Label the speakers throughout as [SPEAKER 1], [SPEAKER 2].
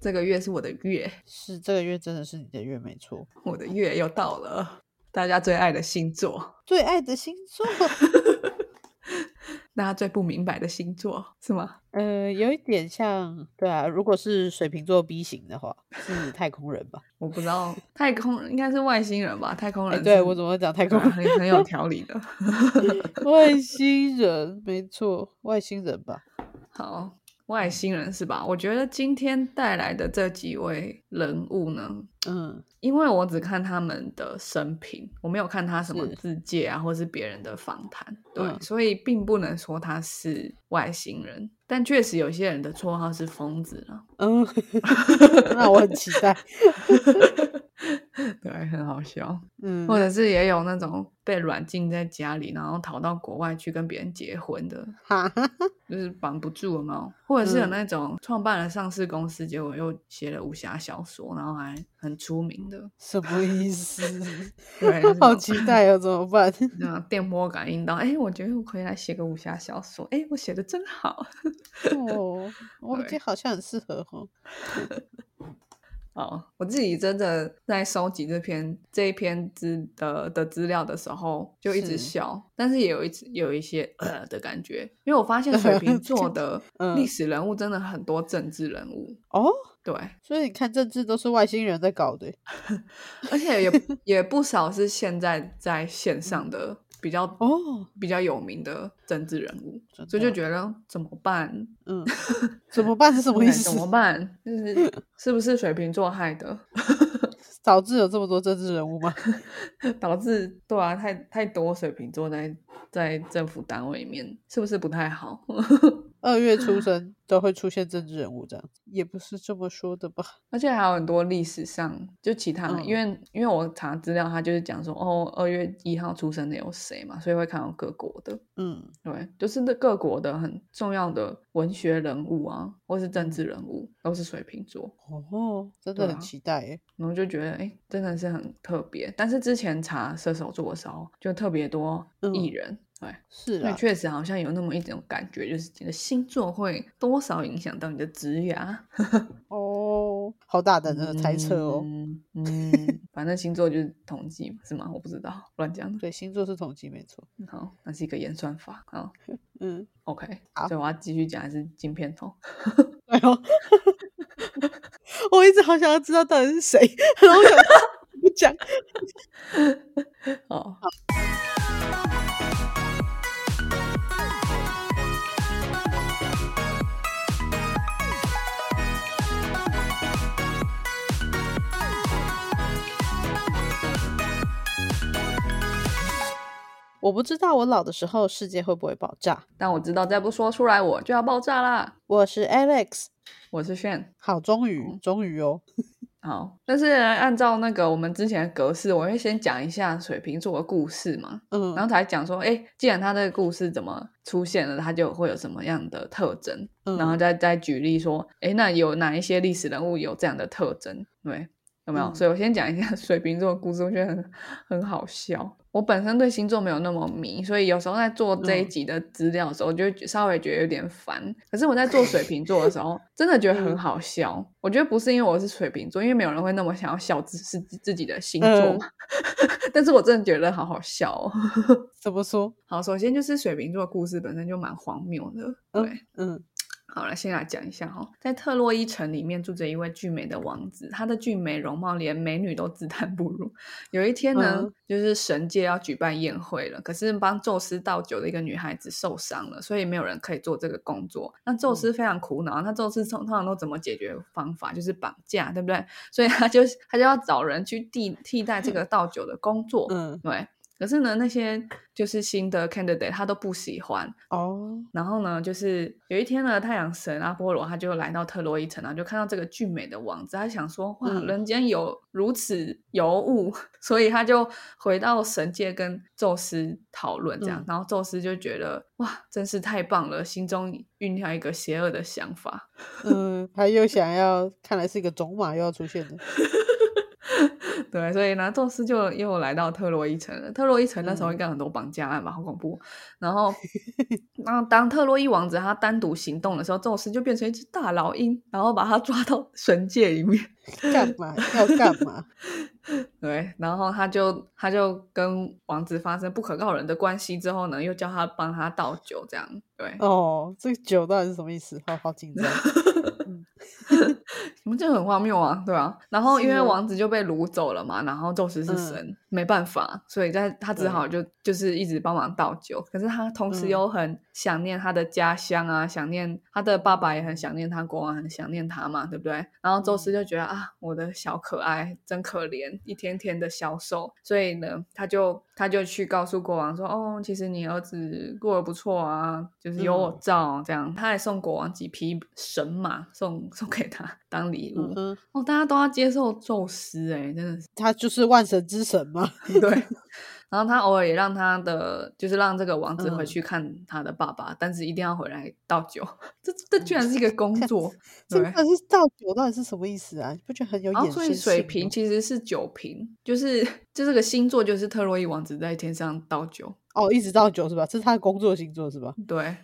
[SPEAKER 1] 这个月是我的月，
[SPEAKER 2] 是这个月真的是你的月，没错。
[SPEAKER 1] 我的月又到了，大家最爱的星座，
[SPEAKER 2] 最爱的星座，
[SPEAKER 1] 大家最不明白的星座是吗？
[SPEAKER 2] 呃，有一点像，对啊，如果是水瓶座 B 型的话，是太空人 吧？
[SPEAKER 1] 我不知道，太空人应该是外星人吧？太空
[SPEAKER 2] 哎、
[SPEAKER 1] 人是、
[SPEAKER 2] 对我怎么会讲太空
[SPEAKER 1] 对啊
[SPEAKER 2] 人？
[SPEAKER 1] 很很有条理的。
[SPEAKER 2] 外星人，没错，外星人吧？
[SPEAKER 1] 好，外星人是吧？我觉得今天带来的这几位人物呢，
[SPEAKER 2] 嗯，
[SPEAKER 1] 因为我只看他们的生平，我没有看他什么
[SPEAKER 2] 是
[SPEAKER 1] 自介啊，或是别人的访谈，对，
[SPEAKER 2] 嗯
[SPEAKER 1] 所以并不能说他是外星人。但确实有些人的绰号是疯子啊了，
[SPEAKER 2] 嗯， 那我很期待。
[SPEAKER 1] 对，很好笑。
[SPEAKER 2] 嗯，
[SPEAKER 1] 或者是也有那种被软禁在家里，然后逃到国外去跟别人结婚的，
[SPEAKER 2] 哈，
[SPEAKER 1] 就是绑不住了嘛。或者是有
[SPEAKER 2] 嗯
[SPEAKER 1] 那种创办了上市公司，结果又写了武侠小说，然后还很出名的，
[SPEAKER 2] 什么意思？
[SPEAKER 1] 对，
[SPEAKER 2] 好
[SPEAKER 1] 奇。
[SPEAKER 2] 期待哦，怎么办？
[SPEAKER 1] 那电波感应到，哎、我觉得我可以来写个武侠小说，哎、我写的真好。
[SPEAKER 2] 哦，我觉
[SPEAKER 1] 对
[SPEAKER 2] 得好像很适合哦。
[SPEAKER 1] 哦，我自己真的在收集这篇这一篇资呃的的资料的时候，就一直
[SPEAKER 2] 是
[SPEAKER 1] 笑，但是也有一次有一些呃的感觉，因为我发现水瓶 座的
[SPEAKER 2] 嗯
[SPEAKER 1] 历史人物真的很多政治人物，
[SPEAKER 2] 哦，
[SPEAKER 1] 对，
[SPEAKER 2] 所以你看，政治都是外星人在搞的。欸
[SPEAKER 1] 而且也也不少是现在在线上的比较
[SPEAKER 2] 哦，
[SPEAKER 1] 比较有名的政治人物，
[SPEAKER 2] 真
[SPEAKER 1] 所以就
[SPEAKER 2] 的
[SPEAKER 1] 觉得怎么办？
[SPEAKER 2] 嗯，怎么办？是什么意
[SPEAKER 1] 哎
[SPEAKER 2] 思
[SPEAKER 1] 怎？么办？就是是不是水瓶座害的，
[SPEAKER 2] 导致有这么多政治人物吗？
[SPEAKER 1] 导致对啊，太太多水瓶座在在政府单位里面，是不是不太好？
[SPEAKER 2] 二月出生都会出现政治人物这样，也不是这么说的吧？
[SPEAKER 1] 而且还有很多历史上就其他的，因为因为我查资料，他就是讲说哦，二月一号出生的有谁嘛，所以会看到各国的，
[SPEAKER 2] 嗯，
[SPEAKER 1] 对，就是那各国的很重要的文学人物啊，或是政治人物都是水瓶座。
[SPEAKER 2] 哦，真
[SPEAKER 1] 对
[SPEAKER 2] 的
[SPEAKER 1] 啊
[SPEAKER 2] 很期待耶。
[SPEAKER 1] 然后就觉得，哎、真的是很特别。但是之前查射手座的时候，就特别多艺
[SPEAKER 2] 嗯
[SPEAKER 1] 人，对，
[SPEAKER 2] 是
[SPEAKER 1] 对，
[SPEAKER 2] 啊，
[SPEAKER 1] 确实好像有那么一种感觉，就是你的星座会多少影响到你的职业啊。
[SPEAKER 2] 哦，好大胆的猜测哦。
[SPEAKER 1] 嗯，嗯反正星座就是统计嘛，是吗？我不知道，乱讲的。
[SPEAKER 2] 对，星座是统计没错。
[SPEAKER 1] 好，那是一个演算法。好
[SPEAKER 2] 嗯，
[SPEAKER 1] ，OK，
[SPEAKER 2] 好
[SPEAKER 1] 所以我要继续讲还是金片头？
[SPEAKER 2] 哎呦， 我一直好想要知道到底是谁，然后我想 不讲。
[SPEAKER 1] 哦，
[SPEAKER 2] 我不知道我老的时候世界会不会爆炸。
[SPEAKER 1] 但我知道再不说出来我就要爆炸啦。
[SPEAKER 2] 我是 Alex，
[SPEAKER 1] 我是炫。
[SPEAKER 2] 好，终于，终于哦，
[SPEAKER 1] 好，但是按照那个我们之前的格式，我会先讲一下水瓶座的故事嘛，
[SPEAKER 2] 嗯，
[SPEAKER 1] 然后才讲说，哎，既然他这个故事怎么出现了，他就会有什么样的特征。然后
[SPEAKER 2] 嗯
[SPEAKER 1] 再再举例说，诶，那有哪一些历史人物有这样的特征？对，有没有？
[SPEAKER 2] 嗯
[SPEAKER 1] 所以我先讲一下 水瓶座的故事，我觉得很很好笑。我本身对星座没有那么迷，所以有时候在做这一
[SPEAKER 2] 嗯
[SPEAKER 1] 集的资料的时候，我就会稍微觉得有点烦。可是我在做水瓶座的时候，真的觉得很
[SPEAKER 2] 嗯
[SPEAKER 1] 好笑。我觉得不是因为我是水瓶座，因为没有人会那么想要笑自是自己的星座
[SPEAKER 2] 嗯
[SPEAKER 1] 嘛。 但是我真的觉得好好笑哦。
[SPEAKER 2] 怎么说？
[SPEAKER 1] 好，首先就是水瓶座的故事本身就蛮荒谬的，对。
[SPEAKER 2] 嗯嗯
[SPEAKER 1] 好了，先来讲一下哈、哦，在特洛伊城里面住着一位俊美的王子，他的俊美容貌连美女都自叹不如。有一天呢，
[SPEAKER 2] 嗯
[SPEAKER 1] 就是神界要举办宴会了，可是帮宙斯倒酒的一个女孩子受伤了，所以没有人可以做这个工作。那宙
[SPEAKER 2] 嗯
[SPEAKER 1] 斯非常苦恼，那宙斯通通常都怎么解决方法？就是绑架，对不对？所以他就他就要找人去替替代这个倒酒的工作，
[SPEAKER 2] 嗯，
[SPEAKER 1] 对。可是呢，那些就是新的 candidate 他都不喜欢，
[SPEAKER 2] 哦，
[SPEAKER 1] 然后呢，就是有一天呢，太阳神阿波罗他就来到特洛伊城啊，就看到这个俊美的王子，他想说哇，
[SPEAKER 2] 嗯
[SPEAKER 1] 人间有如此尤物， 所以他就回到神界跟宙斯讨论这样，
[SPEAKER 2] 嗯
[SPEAKER 1] 然后宙斯就觉得哇，真是太棒了，心中酝酿一个邪恶的想法，
[SPEAKER 2] 嗯，他又想要，看来是一个种马又要出现了。
[SPEAKER 1] 对，所以呢，宙斯就又来到特洛伊城了。特洛伊城那时候应该很多绑架案吧，好恐怖。哦然后，那当特洛伊王子他单独行动的时候，宙斯就变成一只大老鹰，然后把他抓到神界里面。
[SPEAKER 2] 干嘛要干嘛？
[SPEAKER 1] 对，然后他就他就跟王子发生不可告人的关系之后呢，又叫他帮他倒酒，这样对。
[SPEAKER 2] 哦，这个酒到底是什么意思？好好紧 张。嗯
[SPEAKER 1] 你们这很荒谬啊，对啊。然后因
[SPEAKER 2] 是嗯
[SPEAKER 1] 为
[SPEAKER 2] 啊
[SPEAKER 1] 王子就被掳走了嘛，然后宙斯是神，没办法，所以在他只好就就是一直帮忙倒酒。可是他同时
[SPEAKER 2] 嗯
[SPEAKER 1] 又很想念他的家乡啊，想念他的爸爸，也很想念他，国王很想念他嘛，对不对？然后宙
[SPEAKER 2] 嗯
[SPEAKER 1] 斯就觉得、啊，我的小可爱真可怜，一天天的消瘦。所以呢，他就他就去告诉国王说，哦，其实你儿子过得不错啊，就是有我
[SPEAKER 2] 嗯
[SPEAKER 1] 照这样，他还送国王几匹神马送送给他当礼物。
[SPEAKER 2] 嗯哼，
[SPEAKER 1] 哦，大家都要接受宙斯哎、真的是
[SPEAKER 2] 他就是万神之神嘛。
[SPEAKER 1] 对。 然后他偶尔也让他的，就是让这个王子回
[SPEAKER 2] 嗯
[SPEAKER 1] 去看他的爸爸，但是一定要回来倒酒。这这居然是一个工作，
[SPEAKER 2] 嗯这
[SPEAKER 1] 对
[SPEAKER 2] 到底是倒酒到底是什么意思啊？你不觉得很有
[SPEAKER 1] 然后
[SPEAKER 2] 衍
[SPEAKER 1] 所以
[SPEAKER 2] 生
[SPEAKER 1] 水
[SPEAKER 2] 性
[SPEAKER 1] 瓶
[SPEAKER 2] 吗
[SPEAKER 1] 其实是酒瓶，就是就这个星座就是特洛伊王子在天上倒酒，
[SPEAKER 2] 哦，一直倒酒是吧？这是他的工作星座是吧？
[SPEAKER 1] 对，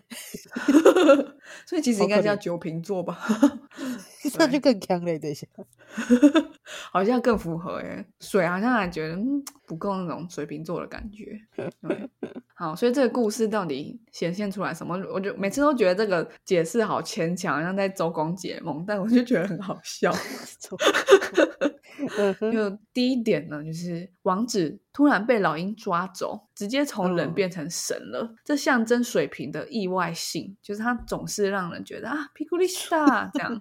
[SPEAKER 1] 所以其实
[SPEAKER 2] 好
[SPEAKER 1] 应该
[SPEAKER 2] 可
[SPEAKER 1] 叫
[SPEAKER 2] 怜
[SPEAKER 1] 酒瓶座吧，
[SPEAKER 2] 那
[SPEAKER 1] 对
[SPEAKER 2] 就更强了一些。
[SPEAKER 1] 好像更符合诶。水好像还觉得、嗯、不够那种水瓶座的感觉。对，好，所以这个故事到底显现出来什么？我就每次都觉得这个解释好牵强，好像在周公解梦，但我就觉得很好笑。
[SPEAKER 2] 嗯哼，
[SPEAKER 1] 就第一点呢，就是王子突然被老鹰抓走，直接从人
[SPEAKER 2] 嗯
[SPEAKER 1] 变成神了，这象征水瓶的意外性，就是他总是让人觉得啊，皮古利莎这样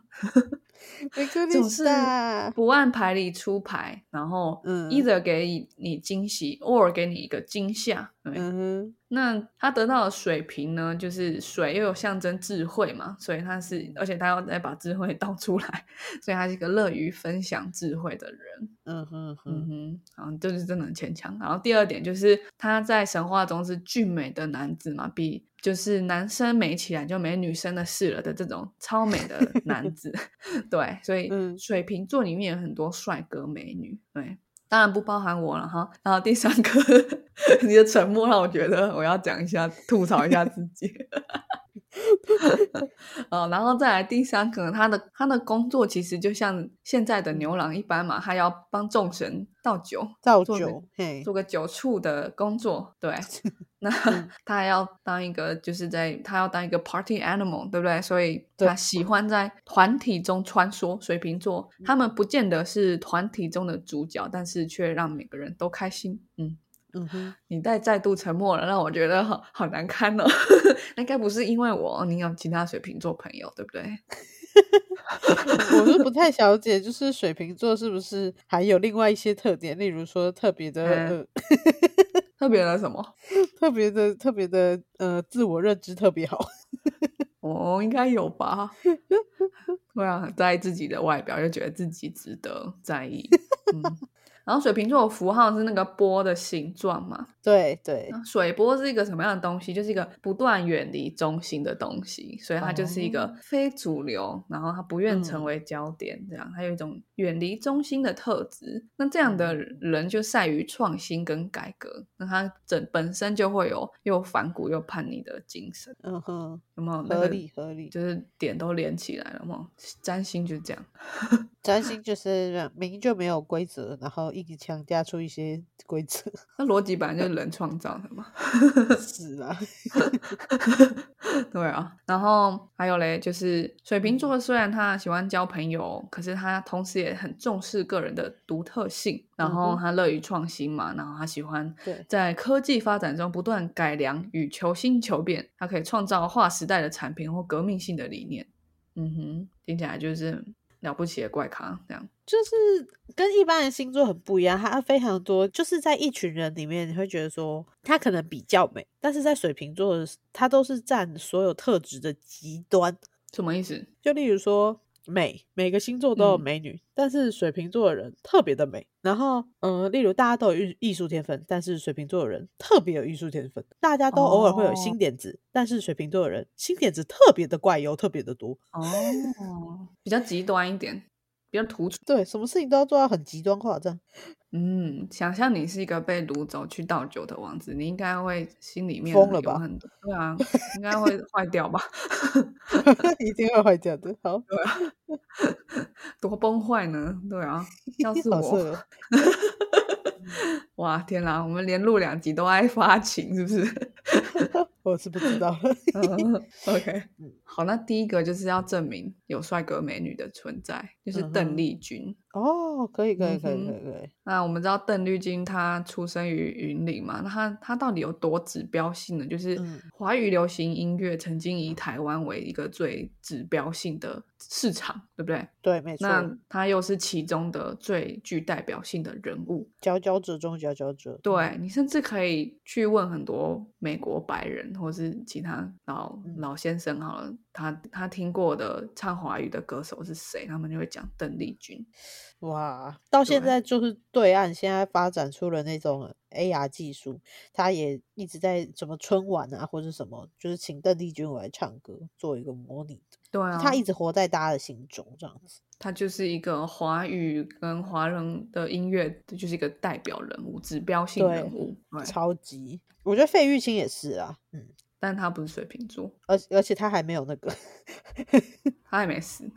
[SPEAKER 2] 没
[SPEAKER 1] 总
[SPEAKER 2] 格力
[SPEAKER 1] 是
[SPEAKER 2] 萨
[SPEAKER 1] 不按牌理出牌，然后
[SPEAKER 2] 嗯
[SPEAKER 1] either 给你惊喜，偶尔给你一个惊吓，对，
[SPEAKER 2] 嗯
[SPEAKER 1] 那他得到的水瓶呢，就是水又有象征智慧嘛，所以他是，而且他要再把智慧 倒出来，所以他是一个乐于分享智慧的人。
[SPEAKER 2] 哼，嗯哼
[SPEAKER 1] 嗯
[SPEAKER 2] 哼，
[SPEAKER 1] 哼，然后就是真的很牵强。然后第二点就是他在神话中是俊美的男子嘛，比就是男生美起来就没女生的事了的这种超美的男子，对，所以
[SPEAKER 2] 嗯
[SPEAKER 1] 水瓶座里面有很多帅哥美女，对。当然不包含我了哈。然后第三个， 你的沉默让我觉得我要讲一下，吐槽一下自己。 哦，然后再来第三个，他的他的工作其实就像现在的牛郎一般嘛，他要帮众神倒酒，
[SPEAKER 2] 造
[SPEAKER 1] 做个
[SPEAKER 2] 酒，嘿，
[SPEAKER 1] 做个酒醋的工作， 对。那
[SPEAKER 2] 嗯
[SPEAKER 1] 他还要当一个，就是在他要当一个 party animal，对不对？所以
[SPEAKER 2] 对
[SPEAKER 1] 他喜欢在团体中穿梭。水瓶座
[SPEAKER 2] 嗯
[SPEAKER 1] 他们不见得是团体中的主角，但是却让每个人都开心。嗯，
[SPEAKER 2] 嗯哼，
[SPEAKER 1] 你再再度沉默了，让我觉得好好难堪哦。 那应该不是因为我，你有其他水瓶座朋友，对不对？
[SPEAKER 2] 我是不太了解，就是水瓶座是不是还有另外一些特点，例如说特别的
[SPEAKER 1] 嗯
[SPEAKER 2] 呃，
[SPEAKER 1] 特别的什么？
[SPEAKER 2] 特别的特别的呃，自我认知特别好。
[SPEAKER 1] 哦，应该有吧？ 对啊，很在意自己的外表，就觉得自己值得在意。嗯，然后水瓶座的符号是那个波的形状嘛？
[SPEAKER 2] 对对，
[SPEAKER 1] 那水波是一个什么样的东西？就是一个不断远离中心的东西，所以它就是一个
[SPEAKER 2] 哦
[SPEAKER 1] 非主流，然后它不愿成
[SPEAKER 2] 嗯
[SPEAKER 1] 为焦点，这样它有一种远离中心的特质。那这样的
[SPEAKER 2] 嗯
[SPEAKER 1] 人就善于创新跟改革，那他整本身就会有又反骨又叛逆的精神，
[SPEAKER 2] 嗯哼，
[SPEAKER 1] 有没有、那个？
[SPEAKER 2] 合理合理。
[SPEAKER 1] 就是点都连起来了嘛。占星就是这样，
[SPEAKER 2] 占星就是明就没有规则，然后硬强加出一些规则。
[SPEAKER 1] 那逻辑本来就是人创造的嘛。
[SPEAKER 2] 是啊，
[SPEAKER 1] 对啊，然后还有嘞，就是水瓶座虽然他喜欢交朋友，可是他同时也很重视个人的独特性，然后
[SPEAKER 2] 嗯哼
[SPEAKER 1] 他乐于创新嘛，然后他喜欢
[SPEAKER 2] 对，
[SPEAKER 1] 在科技发展中不断改良与求新求变，它可以创造划时代的产品或革命性的理念。嗯哼，听起来就是了不起的怪咖这样。
[SPEAKER 2] 就是跟一般的星座很不一样，它非常多，就是在一群人里面，你会觉得说它可能比较美，但是在水瓶座的，它都是占所有特质的极端。
[SPEAKER 1] 什么意思？
[SPEAKER 2] 就例如说美，每个星座都有
[SPEAKER 1] 嗯
[SPEAKER 2] 美女，但是水瓶座的人特别的美。然后，嗯、例如大家都有艺艺术天分，但是水瓶座的人特别有艺术天分。大家都偶尔会有
[SPEAKER 1] 哦
[SPEAKER 2] 新点子，但是水瓶座的人新点子特别的怪又特别的多。
[SPEAKER 1] 哦，比较极端一点。比较突出。
[SPEAKER 2] 对，什么事情都要做到很极端化，这样
[SPEAKER 1] 嗯，想象你是一个被掳走去倒酒的王子，你应该会心里面
[SPEAKER 2] 疯了
[SPEAKER 1] 有
[SPEAKER 2] 吧
[SPEAKER 1] 很多对啊，应该会坏掉吧？
[SPEAKER 2] 一定会坏掉的。好，
[SPEAKER 1] 多崩坏呢？对啊， 要是
[SPEAKER 2] 好
[SPEAKER 1] 我，
[SPEAKER 2] 色哦
[SPEAKER 1] 哇，天啦，我们连录两集都爱发情，是不 是？
[SPEAKER 2] 我是不知道了。
[SPEAKER 1] 嗯 OK，
[SPEAKER 2] 嗯
[SPEAKER 1] 好，那第一个就是要证明有帅哥美女的存在，就是
[SPEAKER 2] 嗯
[SPEAKER 1] 邓
[SPEAKER 2] 哼
[SPEAKER 1] 丽君。
[SPEAKER 2] 哦，可以，可以，可以，
[SPEAKER 1] 嗯哼
[SPEAKER 2] 可以，可以。
[SPEAKER 1] 那我们知道邓丽君她出生于云林嘛，那她她到底有多指标性呢？就是
[SPEAKER 2] 嗯
[SPEAKER 1] 华语流行音乐曾经以台湾为一个最指标性的市场，对不对？
[SPEAKER 2] 对，没错。
[SPEAKER 1] 那她又是其中的最具代表性的人物，
[SPEAKER 2] 佼佼者中的佼佼者。
[SPEAKER 1] 对你甚至可以去问很多美国白人或是其他老
[SPEAKER 2] 嗯
[SPEAKER 1] 老先生好了，他他听过的唱华语的歌手是谁，他们就会讲邓丽君。
[SPEAKER 2] 哇，到现
[SPEAKER 1] 对
[SPEAKER 2] 在就是对岸现在发展出了那种 AR 技术，它也一直在什么春晚啊，或者什么，就是请邓丽君来唱歌，做一个模拟，
[SPEAKER 1] 对
[SPEAKER 2] 就
[SPEAKER 1] 啊，
[SPEAKER 2] 她一直活在大家的心中，这样子。
[SPEAKER 1] 他就是一个华语跟华人的音乐，就是一个代表人物、指标性人
[SPEAKER 2] 对
[SPEAKER 1] 物。对，
[SPEAKER 2] 超级，我觉得费玉清也是啊，嗯，
[SPEAKER 1] 但他不是水瓶座，
[SPEAKER 2] 而而且他还没有那个，
[SPEAKER 1] 他还没死。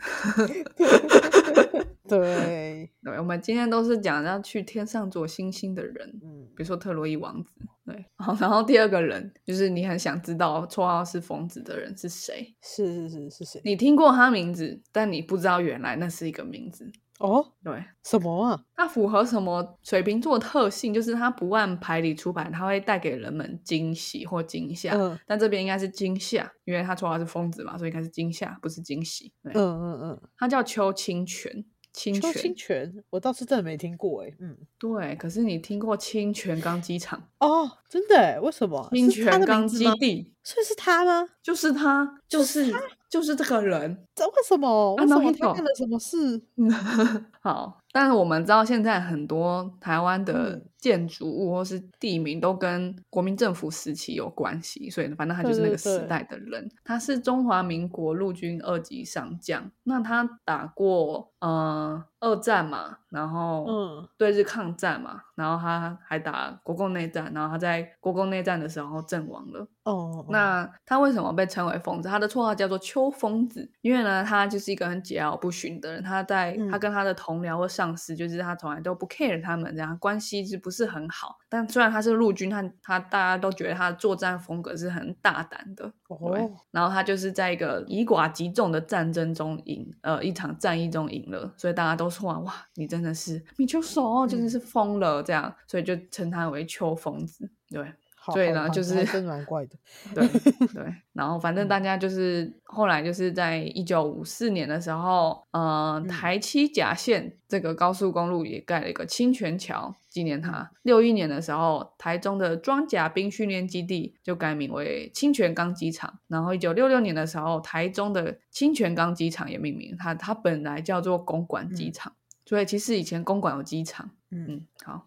[SPEAKER 2] 对，
[SPEAKER 1] 对，我们今天都是讲要去天上做星星的人，
[SPEAKER 2] 嗯
[SPEAKER 1] 比如说特洛伊王子。对， 好，然后第二个人就是你很想知道绰号是疯子的人是谁，
[SPEAKER 2] 是是是是谁？
[SPEAKER 1] 你听过他名字，但你不知道原来那是一个名字。
[SPEAKER 2] 哦，
[SPEAKER 1] 对，
[SPEAKER 2] 什么啊？
[SPEAKER 1] 它符合什么水瓶座的特性？就是它不按牌理出牌，它会带给人们惊喜或惊吓。
[SPEAKER 2] 嗯
[SPEAKER 1] 但这边应该是惊吓，因为他绰号是疯子嘛，所以应该是惊吓，不是惊喜。对，
[SPEAKER 2] 嗯嗯嗯，
[SPEAKER 1] 他叫邱清泉，清
[SPEAKER 2] 邱
[SPEAKER 1] 泉
[SPEAKER 2] 清泉，我倒是真的没听过哎、嗯，
[SPEAKER 1] 对。可是你听过清泉冈机场、
[SPEAKER 2] 哦，真的哎，为什么？
[SPEAKER 1] 清
[SPEAKER 2] 是他
[SPEAKER 1] 泉
[SPEAKER 2] 的
[SPEAKER 1] 冈
[SPEAKER 2] 名字
[SPEAKER 1] 基
[SPEAKER 2] 吗？
[SPEAKER 1] 地？
[SPEAKER 2] 所以是他吗？
[SPEAKER 1] 就是他，就是就是这个人。
[SPEAKER 2] 这为什么？为
[SPEAKER 1] 啊
[SPEAKER 2] 什
[SPEAKER 1] ，no
[SPEAKER 2] 么他
[SPEAKER 1] hito
[SPEAKER 2] 干了什么事？
[SPEAKER 1] 好，但是我们知道现在很多台湾的
[SPEAKER 2] 嗯
[SPEAKER 1] 建筑物或是地名都跟国民政府时期有关系，所以反正他就是那
[SPEAKER 2] 对
[SPEAKER 1] 个
[SPEAKER 2] 对
[SPEAKER 1] 时
[SPEAKER 2] 对
[SPEAKER 1] 代的人。他是中华民国陆军二级上将，那他打过呃二战嘛，然后
[SPEAKER 2] 嗯，
[SPEAKER 1] 对日抗战嘛，然后他还打国共内战，然后他在国共内战的时候阵亡了。
[SPEAKER 2] 哦，
[SPEAKER 1] 那他为什么被称为疯子？他的绰号叫做秋疯子，因为呢，他就是一个很桀骜不驯的人。他在、
[SPEAKER 2] 嗯
[SPEAKER 1] 他跟他的同僚或上司，就是他从来都不 care 他们，然后关系是不是很好？但虽然他是陆军，他他大家都觉得他的作战风格是很大胆的，对
[SPEAKER 2] 哦，
[SPEAKER 1] 然后他就是在一个以寡击众的战争中赢，呃，一场战役中赢了，所以大家都说啊，哇，你真的是米丘手，真的
[SPEAKER 2] 嗯
[SPEAKER 1] 是疯了这样，所以就称他为秋疯子，对。
[SPEAKER 2] 好
[SPEAKER 1] 对
[SPEAKER 2] 好
[SPEAKER 1] 啦
[SPEAKER 2] 好
[SPEAKER 1] 就
[SPEAKER 2] 还
[SPEAKER 1] 是
[SPEAKER 2] 真蛮怪 的。
[SPEAKER 1] 对对，然后反
[SPEAKER 2] 嗯
[SPEAKER 1] 正大家就是后来就是在一九五四年的时候，呃，
[SPEAKER 2] 嗯
[SPEAKER 1] 台七甲线这个高速公路也盖了一个清泉桥纪念它。六一年的时候，台中的装甲兵训练基地就改名为清泉岗机场。然后一九六六年的时候，台中的清泉岗机场也命名它，它本来叫做公馆机
[SPEAKER 2] 嗯
[SPEAKER 1] 场，所以其实以前公馆有机场。
[SPEAKER 2] 嗯，
[SPEAKER 1] 嗯，好，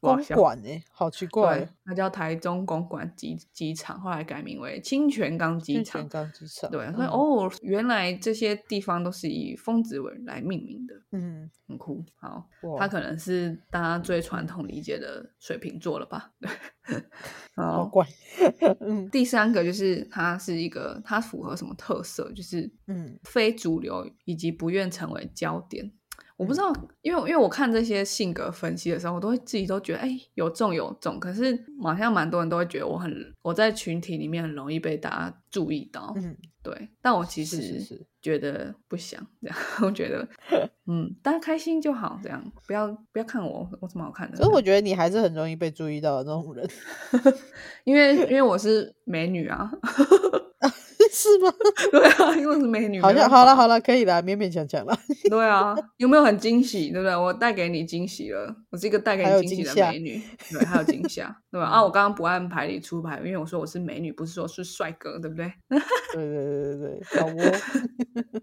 [SPEAKER 1] 不好
[SPEAKER 2] 公
[SPEAKER 1] 笑
[SPEAKER 2] 馆哎，好奇怪
[SPEAKER 1] 对
[SPEAKER 2] 哦，，
[SPEAKER 1] 它叫台中公馆机机场，后来改名为清泉岗机
[SPEAKER 2] 金
[SPEAKER 1] 场
[SPEAKER 2] 泉。港机场。
[SPEAKER 1] 对，所以
[SPEAKER 2] 嗯，
[SPEAKER 1] 哦，原来这些地方都是以丰子为来命名的，
[SPEAKER 2] 嗯，
[SPEAKER 1] 很酷。好，
[SPEAKER 2] 哇
[SPEAKER 1] 它可能是大家最传统理解的水瓶座了吧？ 对，
[SPEAKER 2] 好
[SPEAKER 1] 好。
[SPEAKER 2] 怪， 嗯
[SPEAKER 1] 第三个就是它是一个，它符合什么特色？就是
[SPEAKER 2] 嗯，
[SPEAKER 1] 非主流以及不愿成为焦点。我
[SPEAKER 2] 嗯
[SPEAKER 1] 不知道，因为因为我看这些性格分析的时候，我都会自己都觉得，哎、有重有重。可是好像蛮多人都会觉得我很我在群体里面很容易被大家注意到，
[SPEAKER 2] 嗯，
[SPEAKER 1] 对。但我其
[SPEAKER 2] 是是
[SPEAKER 1] 实
[SPEAKER 2] 是
[SPEAKER 1] 觉得不想这样， 我觉 得，嗯，大家开心就好，这样不要不要看我，我怎么好看的？
[SPEAKER 2] 可是我觉得你还是很容易被注意到的那种人，
[SPEAKER 1] 因为因为我是美女啊，
[SPEAKER 2] 是吗？
[SPEAKER 1] 对啊，因为我是美女，
[SPEAKER 2] 好
[SPEAKER 1] 没
[SPEAKER 2] 像
[SPEAKER 1] 办法
[SPEAKER 2] 好了好了，可以了，勉勉强强了。
[SPEAKER 1] 对啊，有没有很惊喜？对不对？我带给你惊喜了，我是一个带给
[SPEAKER 2] 还有
[SPEAKER 1] 你惊喜
[SPEAKER 2] 惊
[SPEAKER 1] 的
[SPEAKER 2] 吓
[SPEAKER 1] 美女，对，还有惊吓，对吧？啊，我刚刚不按牌理出牌，因为我说我是美女，不是说是帅哥，对不对？
[SPEAKER 2] 对对对对对，好 哦，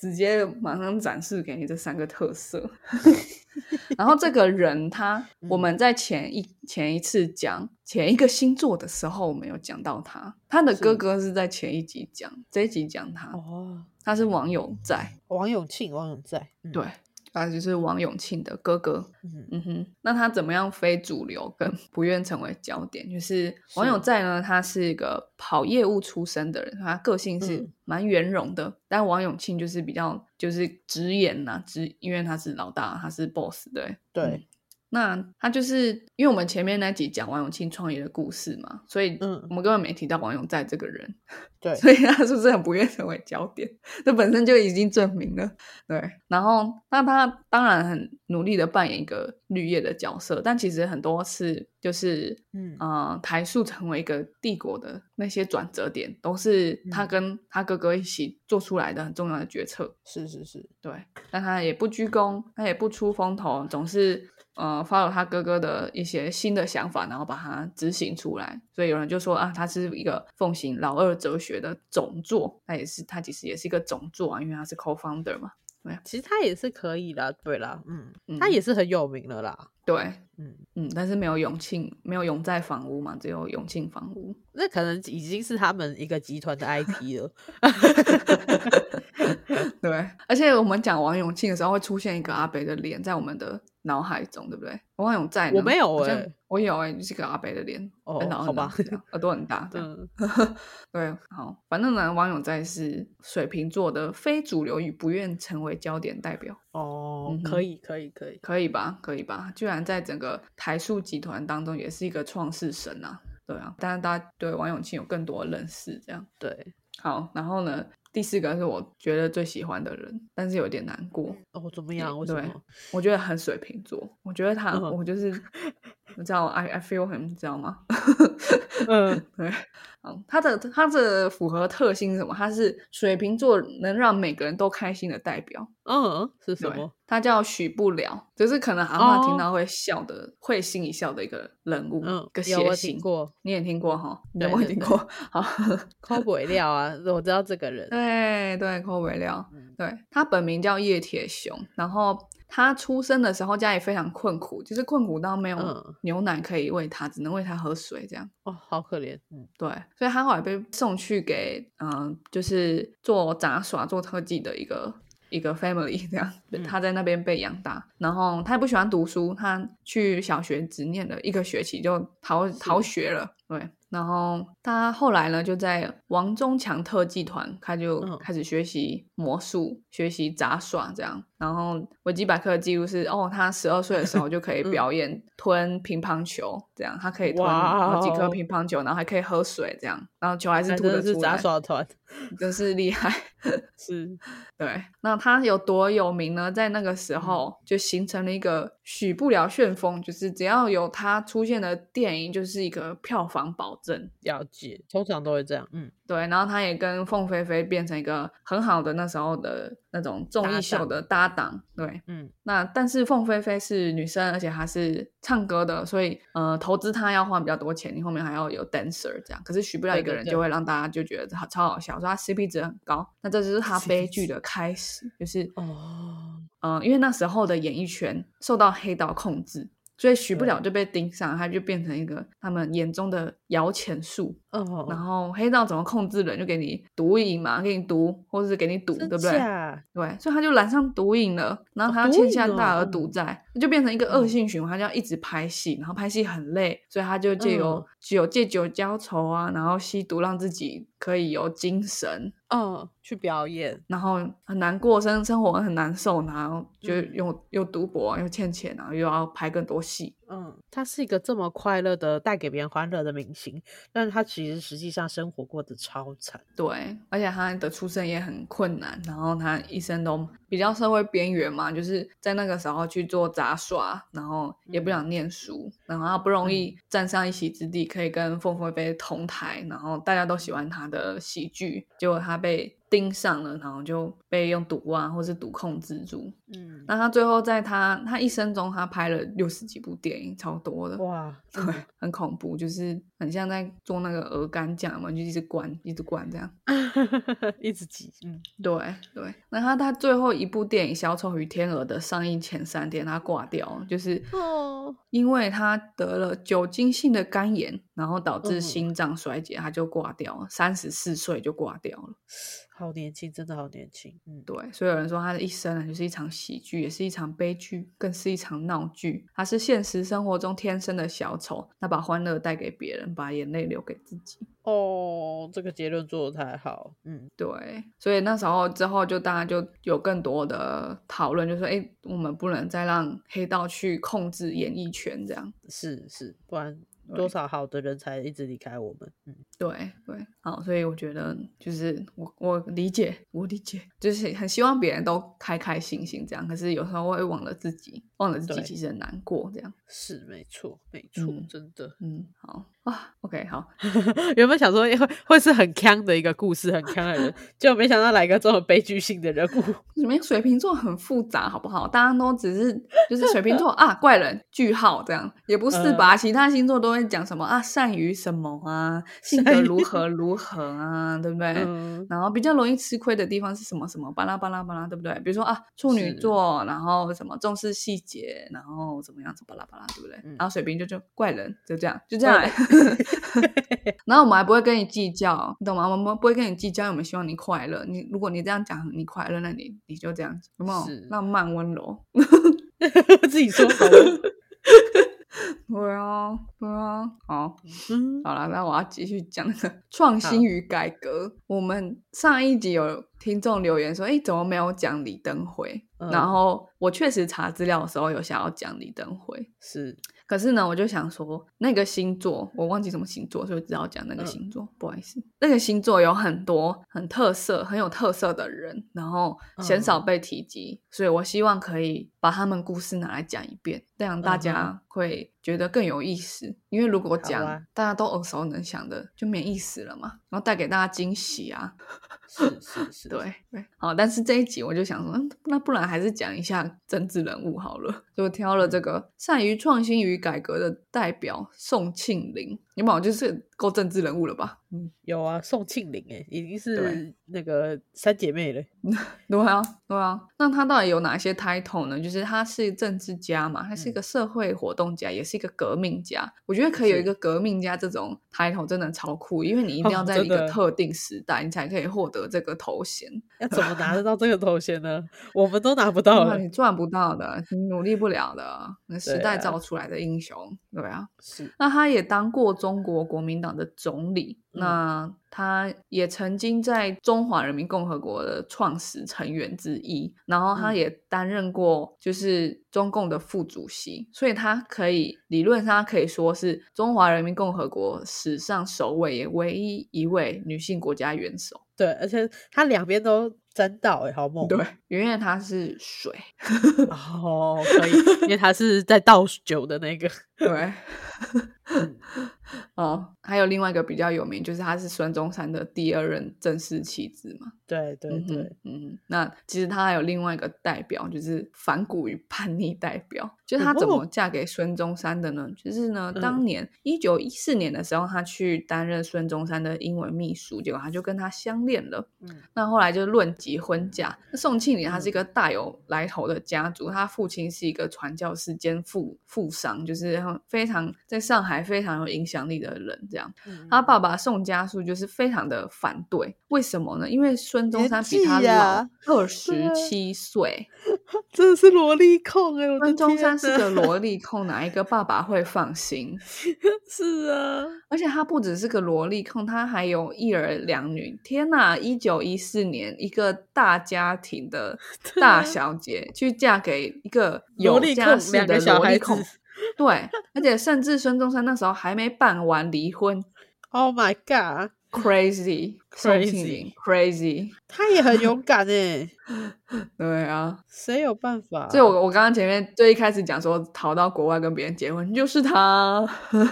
[SPEAKER 1] 直接马上展示给你这三个特色。 然后这个人他，我
[SPEAKER 2] 嗯
[SPEAKER 1] 们在前一前一次讲前一个星座的时候，我们有讲到他，他的
[SPEAKER 2] 是
[SPEAKER 1] 哥哥是在前一集讲，这一集讲他，
[SPEAKER 2] 哦，
[SPEAKER 1] 他是网友在，
[SPEAKER 2] 王永庆，王永在，嗯
[SPEAKER 1] 对，他就是王永庆的哥哥。
[SPEAKER 2] 嗯
[SPEAKER 1] 嗯哼，那他怎么样非主流跟不愿成为焦点？就是王
[SPEAKER 2] 是
[SPEAKER 1] 永在呢，他是一个跑业务出身的人，他个性是
[SPEAKER 2] 嗯
[SPEAKER 1] 蛮圆融的，但王永庆就是比较就是直言呐、直，因为他是老大，他是 boss，对，
[SPEAKER 2] 对，
[SPEAKER 1] 那他就是因为我们前面那集讲王永庆创业的故事嘛，所以
[SPEAKER 2] 嗯
[SPEAKER 1] 我们根本没提到王永在这个人，
[SPEAKER 2] 对
[SPEAKER 1] 所以他是不是很不愿成为焦点？这本身就已经证明了。对，然后那他当然很努力的扮演一个绿叶的角色，但其实很多次就是
[SPEAKER 2] 嗯
[SPEAKER 1] 呃，台塑成为一个帝国的那些转折点，都是他
[SPEAKER 2] 嗯
[SPEAKER 1] 跟他哥哥一起做出来的很重要的决策。
[SPEAKER 2] 是是是，
[SPEAKER 1] 对，但他也不居功，他也不出风头，总是呃 follow 他哥哥的一些新的想法，然后把它执行出来。所以有人就说啊，他是一个奉行老二哲学的总座，他也是他其实也是一个总座啊，因为他是 co-founder 嘛。
[SPEAKER 2] 其实他也是可以啦，对啦，嗯，他
[SPEAKER 1] 嗯
[SPEAKER 2] 也是很有名了啦，
[SPEAKER 1] 对，
[SPEAKER 2] 嗯，
[SPEAKER 1] 嗯，但是没有永庆，没有永在房屋嘛，只有永庆房屋。
[SPEAKER 2] 那可能已经是他们一个集团的 IP 了，
[SPEAKER 1] 对，
[SPEAKER 2] 嗯
[SPEAKER 1] 而且我们讲王永庆的时候，会出现一个阿北的脸在我们的脑海中，对不对？王永在呢
[SPEAKER 2] 我没有
[SPEAKER 1] 好像
[SPEAKER 2] 欸
[SPEAKER 1] 我有哎、就是个阿北的脸，
[SPEAKER 2] 哦
[SPEAKER 1] 很老
[SPEAKER 2] 好
[SPEAKER 1] 很老
[SPEAKER 2] 吧
[SPEAKER 1] 这样耳朵很 大，这样
[SPEAKER 2] 嗯，
[SPEAKER 1] 对，好，反正呢，王永在是水瓶座的非主流与不愿成为焦点代表，
[SPEAKER 2] 哦
[SPEAKER 1] 嗯，
[SPEAKER 2] 可
[SPEAKER 1] 哼
[SPEAKER 2] 以可以可以，
[SPEAKER 1] 可以吧？可以吧？居然在整个台塑集团当中也是一个创世神啊，对啊，但是大家对王永庆有更多的认识，这样
[SPEAKER 2] 对，
[SPEAKER 1] 好。然后呢，第四个是我觉得最喜欢的人，但是有点难过，
[SPEAKER 2] 哦，怎么样？为什
[SPEAKER 1] 对
[SPEAKER 2] 么？
[SPEAKER 1] 我觉得很水瓶座，我觉得他，
[SPEAKER 2] 嗯
[SPEAKER 1] 我就是， 你知道，I I feel him，你知道吗？
[SPEAKER 2] 嗯，
[SPEAKER 1] 对，嗯，他的他的符合特性是什么？他是水瓶座能让每个人都开心的代表。
[SPEAKER 2] 嗯，是什
[SPEAKER 1] 对
[SPEAKER 2] 么？？
[SPEAKER 1] 他叫许不了，就是可能阿妈听
[SPEAKER 2] 哦
[SPEAKER 1] 到会笑的，会心一笑的一个人物，
[SPEAKER 2] 嗯
[SPEAKER 1] 一个，
[SPEAKER 2] 有
[SPEAKER 1] 谐
[SPEAKER 2] 我听
[SPEAKER 1] 星。
[SPEAKER 2] 过
[SPEAKER 1] 你也听过哈？你
[SPEAKER 2] 对
[SPEAKER 1] 有没有
[SPEAKER 2] 对
[SPEAKER 1] 听
[SPEAKER 2] 对
[SPEAKER 1] 过？好，
[SPEAKER 2] 抠尾料啊，我知道这个人，
[SPEAKER 1] 哎对对，扣尾料。
[SPEAKER 2] 嗯
[SPEAKER 1] 对他本名叫叶铁雄，然后他出生的时候家里非常困苦，就是困苦到没有
[SPEAKER 2] 嗯
[SPEAKER 1] 牛奶可以喂他，只能喂他喝水这样。
[SPEAKER 2] 哦，好可怜，嗯，
[SPEAKER 1] 对，所以他后来被送去给嗯、呃就是做杂耍、做特技的一个一个 family 这样，
[SPEAKER 2] 嗯
[SPEAKER 1] 他在那边被养大。然后他也不喜欢读书，他去小学只念了一个学期就逃逃学了。对，然后他后来呢，就在王中强特技团，他就
[SPEAKER 2] 嗯
[SPEAKER 1] 开始学习魔术、学习杂耍这样。然后维基百科的记录是，哦，他十二岁的时候就可以
[SPEAKER 2] 嗯
[SPEAKER 1] 表演吞乒乓球，这样他可以吞好几颗
[SPEAKER 2] 哇哦
[SPEAKER 1] 乒。乒乓球，然后还可以喝水，这样，然后球还是
[SPEAKER 2] 那
[SPEAKER 1] 吐
[SPEAKER 2] 哎
[SPEAKER 1] 得
[SPEAKER 2] 真的是
[SPEAKER 1] 出来，
[SPEAKER 2] 杂 耍团，
[SPEAKER 1] 真是厉害。
[SPEAKER 2] 是，
[SPEAKER 1] 对，那他有多有名呢？在那个时
[SPEAKER 2] 嗯
[SPEAKER 1] 候就形成了一个许不了旋风，就是只要有他出现的电影，就是一个票房保证。
[SPEAKER 2] 了解，通常都会这样，嗯，
[SPEAKER 1] 对，然后他也跟凤飞飞变成一个很好的那时候的那种综艺
[SPEAKER 2] 搭
[SPEAKER 1] 秀
[SPEAKER 2] 档
[SPEAKER 1] 的搭档。对，
[SPEAKER 2] 嗯，
[SPEAKER 1] 那但是凤飞飞是女生，而且她是唱歌的，所以呃，投资她要花比较多钱，你后面还要有 dancer 这样。可是许不了
[SPEAKER 2] 对
[SPEAKER 1] 一个
[SPEAKER 2] 对
[SPEAKER 1] 人，
[SPEAKER 2] 对
[SPEAKER 1] 就会让大家就觉得她超好笑，说她 CP 值很高。那这就是她
[SPEAKER 2] CP
[SPEAKER 1] 悲剧
[SPEAKER 2] 值
[SPEAKER 1] 的开始，就是
[SPEAKER 2] 哦，
[SPEAKER 1] 呃，因为那时候的演艺圈受到黑道控制，所以许不
[SPEAKER 2] 对
[SPEAKER 1] 了就被盯上，他就变成一个他们眼中的摇钱树。
[SPEAKER 2] 哦，
[SPEAKER 1] 然后黑道怎么控制人，就给你毒瘾嘛，给你毒，或者是给你赌，对
[SPEAKER 2] 真
[SPEAKER 1] 不对？
[SPEAKER 2] 假
[SPEAKER 1] 对，所以他就染上毒瘾了，然后
[SPEAKER 2] 哦
[SPEAKER 1] 他
[SPEAKER 2] 毒
[SPEAKER 1] 欠
[SPEAKER 2] 瘾
[SPEAKER 1] 下
[SPEAKER 2] 哦
[SPEAKER 1] 大额赌
[SPEAKER 2] 嗯
[SPEAKER 1] 债，就变成一个恶
[SPEAKER 2] 嗯
[SPEAKER 1] 性循环，他就要一直拍戏，然后拍戏很累，所以他就借由
[SPEAKER 2] 嗯
[SPEAKER 1] 酒借酒浇愁啊，然后吸毒让自己可以有精神，
[SPEAKER 2] 嗯，去表演，
[SPEAKER 1] 然后很难过生生活很难受，然后就
[SPEAKER 2] 嗯
[SPEAKER 1] 又、又赌博啊又欠钱，然后又要拍更多戏，
[SPEAKER 2] 嗯，他是一个这么快乐的、带给别人欢乐的明星，但是他其实实际上生活过得超惨，
[SPEAKER 1] 对，而且他的出身也很困难，然后他一生都比较社会边缘嘛，就是在那个时候去做杂耍，然后也不想念书，然后他不容易站上一席之地，可以跟凤飞飞同台，然后大家都喜欢他的喜剧，结果他被盯上了，然后就被用赌啊或是赌控制住。
[SPEAKER 2] 嗯，
[SPEAKER 1] 那他最后在他他一生中，他拍了六十几部电影，超多的。
[SPEAKER 2] 哇，
[SPEAKER 1] 对，很恐怖，就是很像在做那个鹅肝酱嘛，就一直灌，一直灌这样。
[SPEAKER 2] 嗯一直挤，嗯，
[SPEAKER 1] 对对，那他他最后一部电影《小丑与天鹅》的上映前三天，他挂掉了，就是
[SPEAKER 2] 哦，
[SPEAKER 1] 因为他得了酒精性的肝炎，然后导致
[SPEAKER 2] 嗯
[SPEAKER 1] 心脏衰竭，他就挂掉了，三十四岁就挂掉了。
[SPEAKER 2] 好年轻，真的好年轻。嗯，
[SPEAKER 1] 对，所以有人说他的一生呢，就是一场喜剧，也是一场悲剧，更是一场闹剧。他是现实生活中天生的小丑，他把欢乐带给别人，把眼泪留给自己。
[SPEAKER 2] 哦，这个结论做的太好。嗯，
[SPEAKER 1] 对，所以那时候之后就大家就有更多的讨论，就说，哎，我们不能再让黑道去控制演艺圈这样。
[SPEAKER 2] 是是，不然
[SPEAKER 1] 对
[SPEAKER 2] 多少好的人才一直离开我们。嗯，
[SPEAKER 1] 对对，好，所以我觉得就是我我理解，我理解，就是很希望别人都开开心心这样，可是有时候会忘了自己，忘了自己
[SPEAKER 2] 对
[SPEAKER 1] 其实很难过这样。
[SPEAKER 2] 是没错，没错，
[SPEAKER 1] 嗯
[SPEAKER 2] 真的。
[SPEAKER 1] 嗯，好啊，OK，好，
[SPEAKER 2] 原本想说会会是很康的一个故事，很康的人，结果没想到来一个这么悲剧性的人物。
[SPEAKER 1] 你们水瓶座很复杂，好不好？大家都只 是就是水瓶座啊，怪人句号这样，也不是
[SPEAKER 2] 嗯
[SPEAKER 1] 吧？其他星座都会讲什么啊，善于什么 啊，性格
[SPEAKER 2] 善于
[SPEAKER 1] 如何如何啊，对不对？
[SPEAKER 2] 嗯，
[SPEAKER 1] 然后比较容易吃亏的地方是什么什么巴拉巴拉巴拉，对不对？比如说啊，处女
[SPEAKER 2] 是
[SPEAKER 1] 座，然后什么重视细节，然后怎么样子巴拉巴拉，对不对？
[SPEAKER 2] 嗯
[SPEAKER 1] 然后水瓶就就怪人，就这样，就这样、
[SPEAKER 2] 怪人
[SPEAKER 1] 然后我们还不会跟你计较，你懂吗？我们不会跟你计较，我们希望你快乐。你如果你这样讲你快乐，那你你就这样，有没有
[SPEAKER 2] 是
[SPEAKER 1] 浪漫温柔？
[SPEAKER 2] 自己说好 了。
[SPEAKER 1] 对啊，对啊，好，
[SPEAKER 2] 嗯，
[SPEAKER 1] 好了，那我要继续讲那个创新与改革。我们上一集有听众留言说，哎，怎么没有讲李登辉？
[SPEAKER 2] 嗯
[SPEAKER 1] 然后我确实查资料的时候有想要讲李登辉，
[SPEAKER 2] 是
[SPEAKER 1] 可是呢，我就想说那个星座我忘记什么星座，所以只好讲那
[SPEAKER 2] 嗯
[SPEAKER 1] 个星座，不好意思。那个星座有很多很特色、很有特色的人，然后鲜
[SPEAKER 2] 嗯
[SPEAKER 1] 少被提及，所以我希望可以把他们故事拿来讲一遍，这样大
[SPEAKER 2] 嗯
[SPEAKER 1] 家会觉得更有意思。因为如果讲、
[SPEAKER 2] 好啊
[SPEAKER 1] 大家都耳熟能详的，就没意思了嘛，然后带给大家惊喜啊。
[SPEAKER 2] 是是是，
[SPEAKER 1] 对对，好，但是这一集我就想说，嗯那不然还是讲一下政治人物好了，就挑了
[SPEAKER 2] 嗯
[SPEAKER 1] 这个善于创新与改革的代表宋庆龄，你们就是够政治人物了吧？嗯，
[SPEAKER 2] 有啊，宋庆龄哎，已经
[SPEAKER 1] 对
[SPEAKER 2] 是那个三姐妹了。
[SPEAKER 1] 对啊，对啊。那他到底有哪些 title 呢？就是他是政治家嘛，他是一
[SPEAKER 2] 嗯
[SPEAKER 1] 个社会活动家，也是一个革命家。我觉得可以有一
[SPEAKER 2] 是
[SPEAKER 1] 个革命家这种 title 真的超酷，因为你一定
[SPEAKER 2] 哦
[SPEAKER 1] 要在
[SPEAKER 2] 真
[SPEAKER 1] 一个
[SPEAKER 2] 的
[SPEAKER 1] 特定时代，你才可以获得这个头衔。
[SPEAKER 2] 要怎 么拿得到这个头衔呢？我们都拿不到
[SPEAKER 1] 哇
[SPEAKER 2] 了。
[SPEAKER 1] 你赚不到的，你努力不了的，那时
[SPEAKER 2] 嗯对
[SPEAKER 1] 代
[SPEAKER 2] 啊
[SPEAKER 1] 造出来的英雄，对啊。
[SPEAKER 2] 是，
[SPEAKER 1] 那他也当过中国国民党的总理，
[SPEAKER 2] 嗯
[SPEAKER 1] 那他也曾经在中华人民共和国的创始成员之一，然后他
[SPEAKER 2] 嗯
[SPEAKER 1] 也担任过就是中共的副主席，所以他可以理论上他可以说是中华人民共和国史上首位也唯一一位女性国家元首。
[SPEAKER 2] 对，而且他两边都沾到哎，好猛。
[SPEAKER 1] 对，圆圆她是水，
[SPEAKER 2] 哦，可以，因为他是在倒酒的那个。
[SPEAKER 1] 对。
[SPEAKER 2] 嗯
[SPEAKER 1] 哦，还有另外一个比较有名，就是她是孙中山的第二任正式妻子嘛。
[SPEAKER 2] 对对
[SPEAKER 1] 嗯哼
[SPEAKER 2] 对，，
[SPEAKER 1] 嗯，那其实她还有另外一个代表，就是反骨与叛逆代表，就是她怎么
[SPEAKER 2] 哦
[SPEAKER 1] 嫁给孙中山的呢？就是呢，
[SPEAKER 2] 嗯
[SPEAKER 1] 当年一九一四年的时候，她去担任孙中山的英文秘书，结果她就跟他相恋了。
[SPEAKER 2] 嗯
[SPEAKER 1] 那后来就论及婚嫁。那宋庆龄她是一
[SPEAKER 2] 嗯
[SPEAKER 1] 个大有来头的家族，她父亲是一个传教士兼富富商，就是很非常在上海非常有影响力的人。这样，
[SPEAKER 2] 嗯
[SPEAKER 1] 他爸爸宋家书就是非常的反对，为什么呢？因为孙中
[SPEAKER 2] 年
[SPEAKER 1] 山比他
[SPEAKER 2] 纪
[SPEAKER 1] 老
[SPEAKER 2] 啊
[SPEAKER 1] 二十七岁，
[SPEAKER 2] 真的是萝莉控哎、我的
[SPEAKER 1] 孙中
[SPEAKER 2] 天
[SPEAKER 1] 山是
[SPEAKER 2] 哪
[SPEAKER 1] 个 萝莉控，哪一个爸爸会放心？
[SPEAKER 2] 是啊，
[SPEAKER 1] 而且她不只是个萝莉控，她还有一儿两女。天呐，一九一四年，一个大家庭的
[SPEAKER 2] 对
[SPEAKER 1] 大
[SPEAKER 2] 啊
[SPEAKER 1] 小姐去嫁给一个
[SPEAKER 2] 萝
[SPEAKER 1] 有
[SPEAKER 2] 莉控
[SPEAKER 1] 家室
[SPEAKER 2] 两
[SPEAKER 1] 的
[SPEAKER 2] 个小
[SPEAKER 1] 萝莉
[SPEAKER 2] 孩
[SPEAKER 1] 控
[SPEAKER 2] 子。
[SPEAKER 1] 对，而且甚至孙中山那时候还没办完离婚
[SPEAKER 2] ，Oh my god，
[SPEAKER 1] ，crazy，宋庆龄 crazy，
[SPEAKER 2] 他也很勇敢哎、
[SPEAKER 1] 对啊，
[SPEAKER 2] 谁有办 法、
[SPEAKER 1] 所以我我刚刚前面最一开始讲说逃到国外跟别人结婚就是他，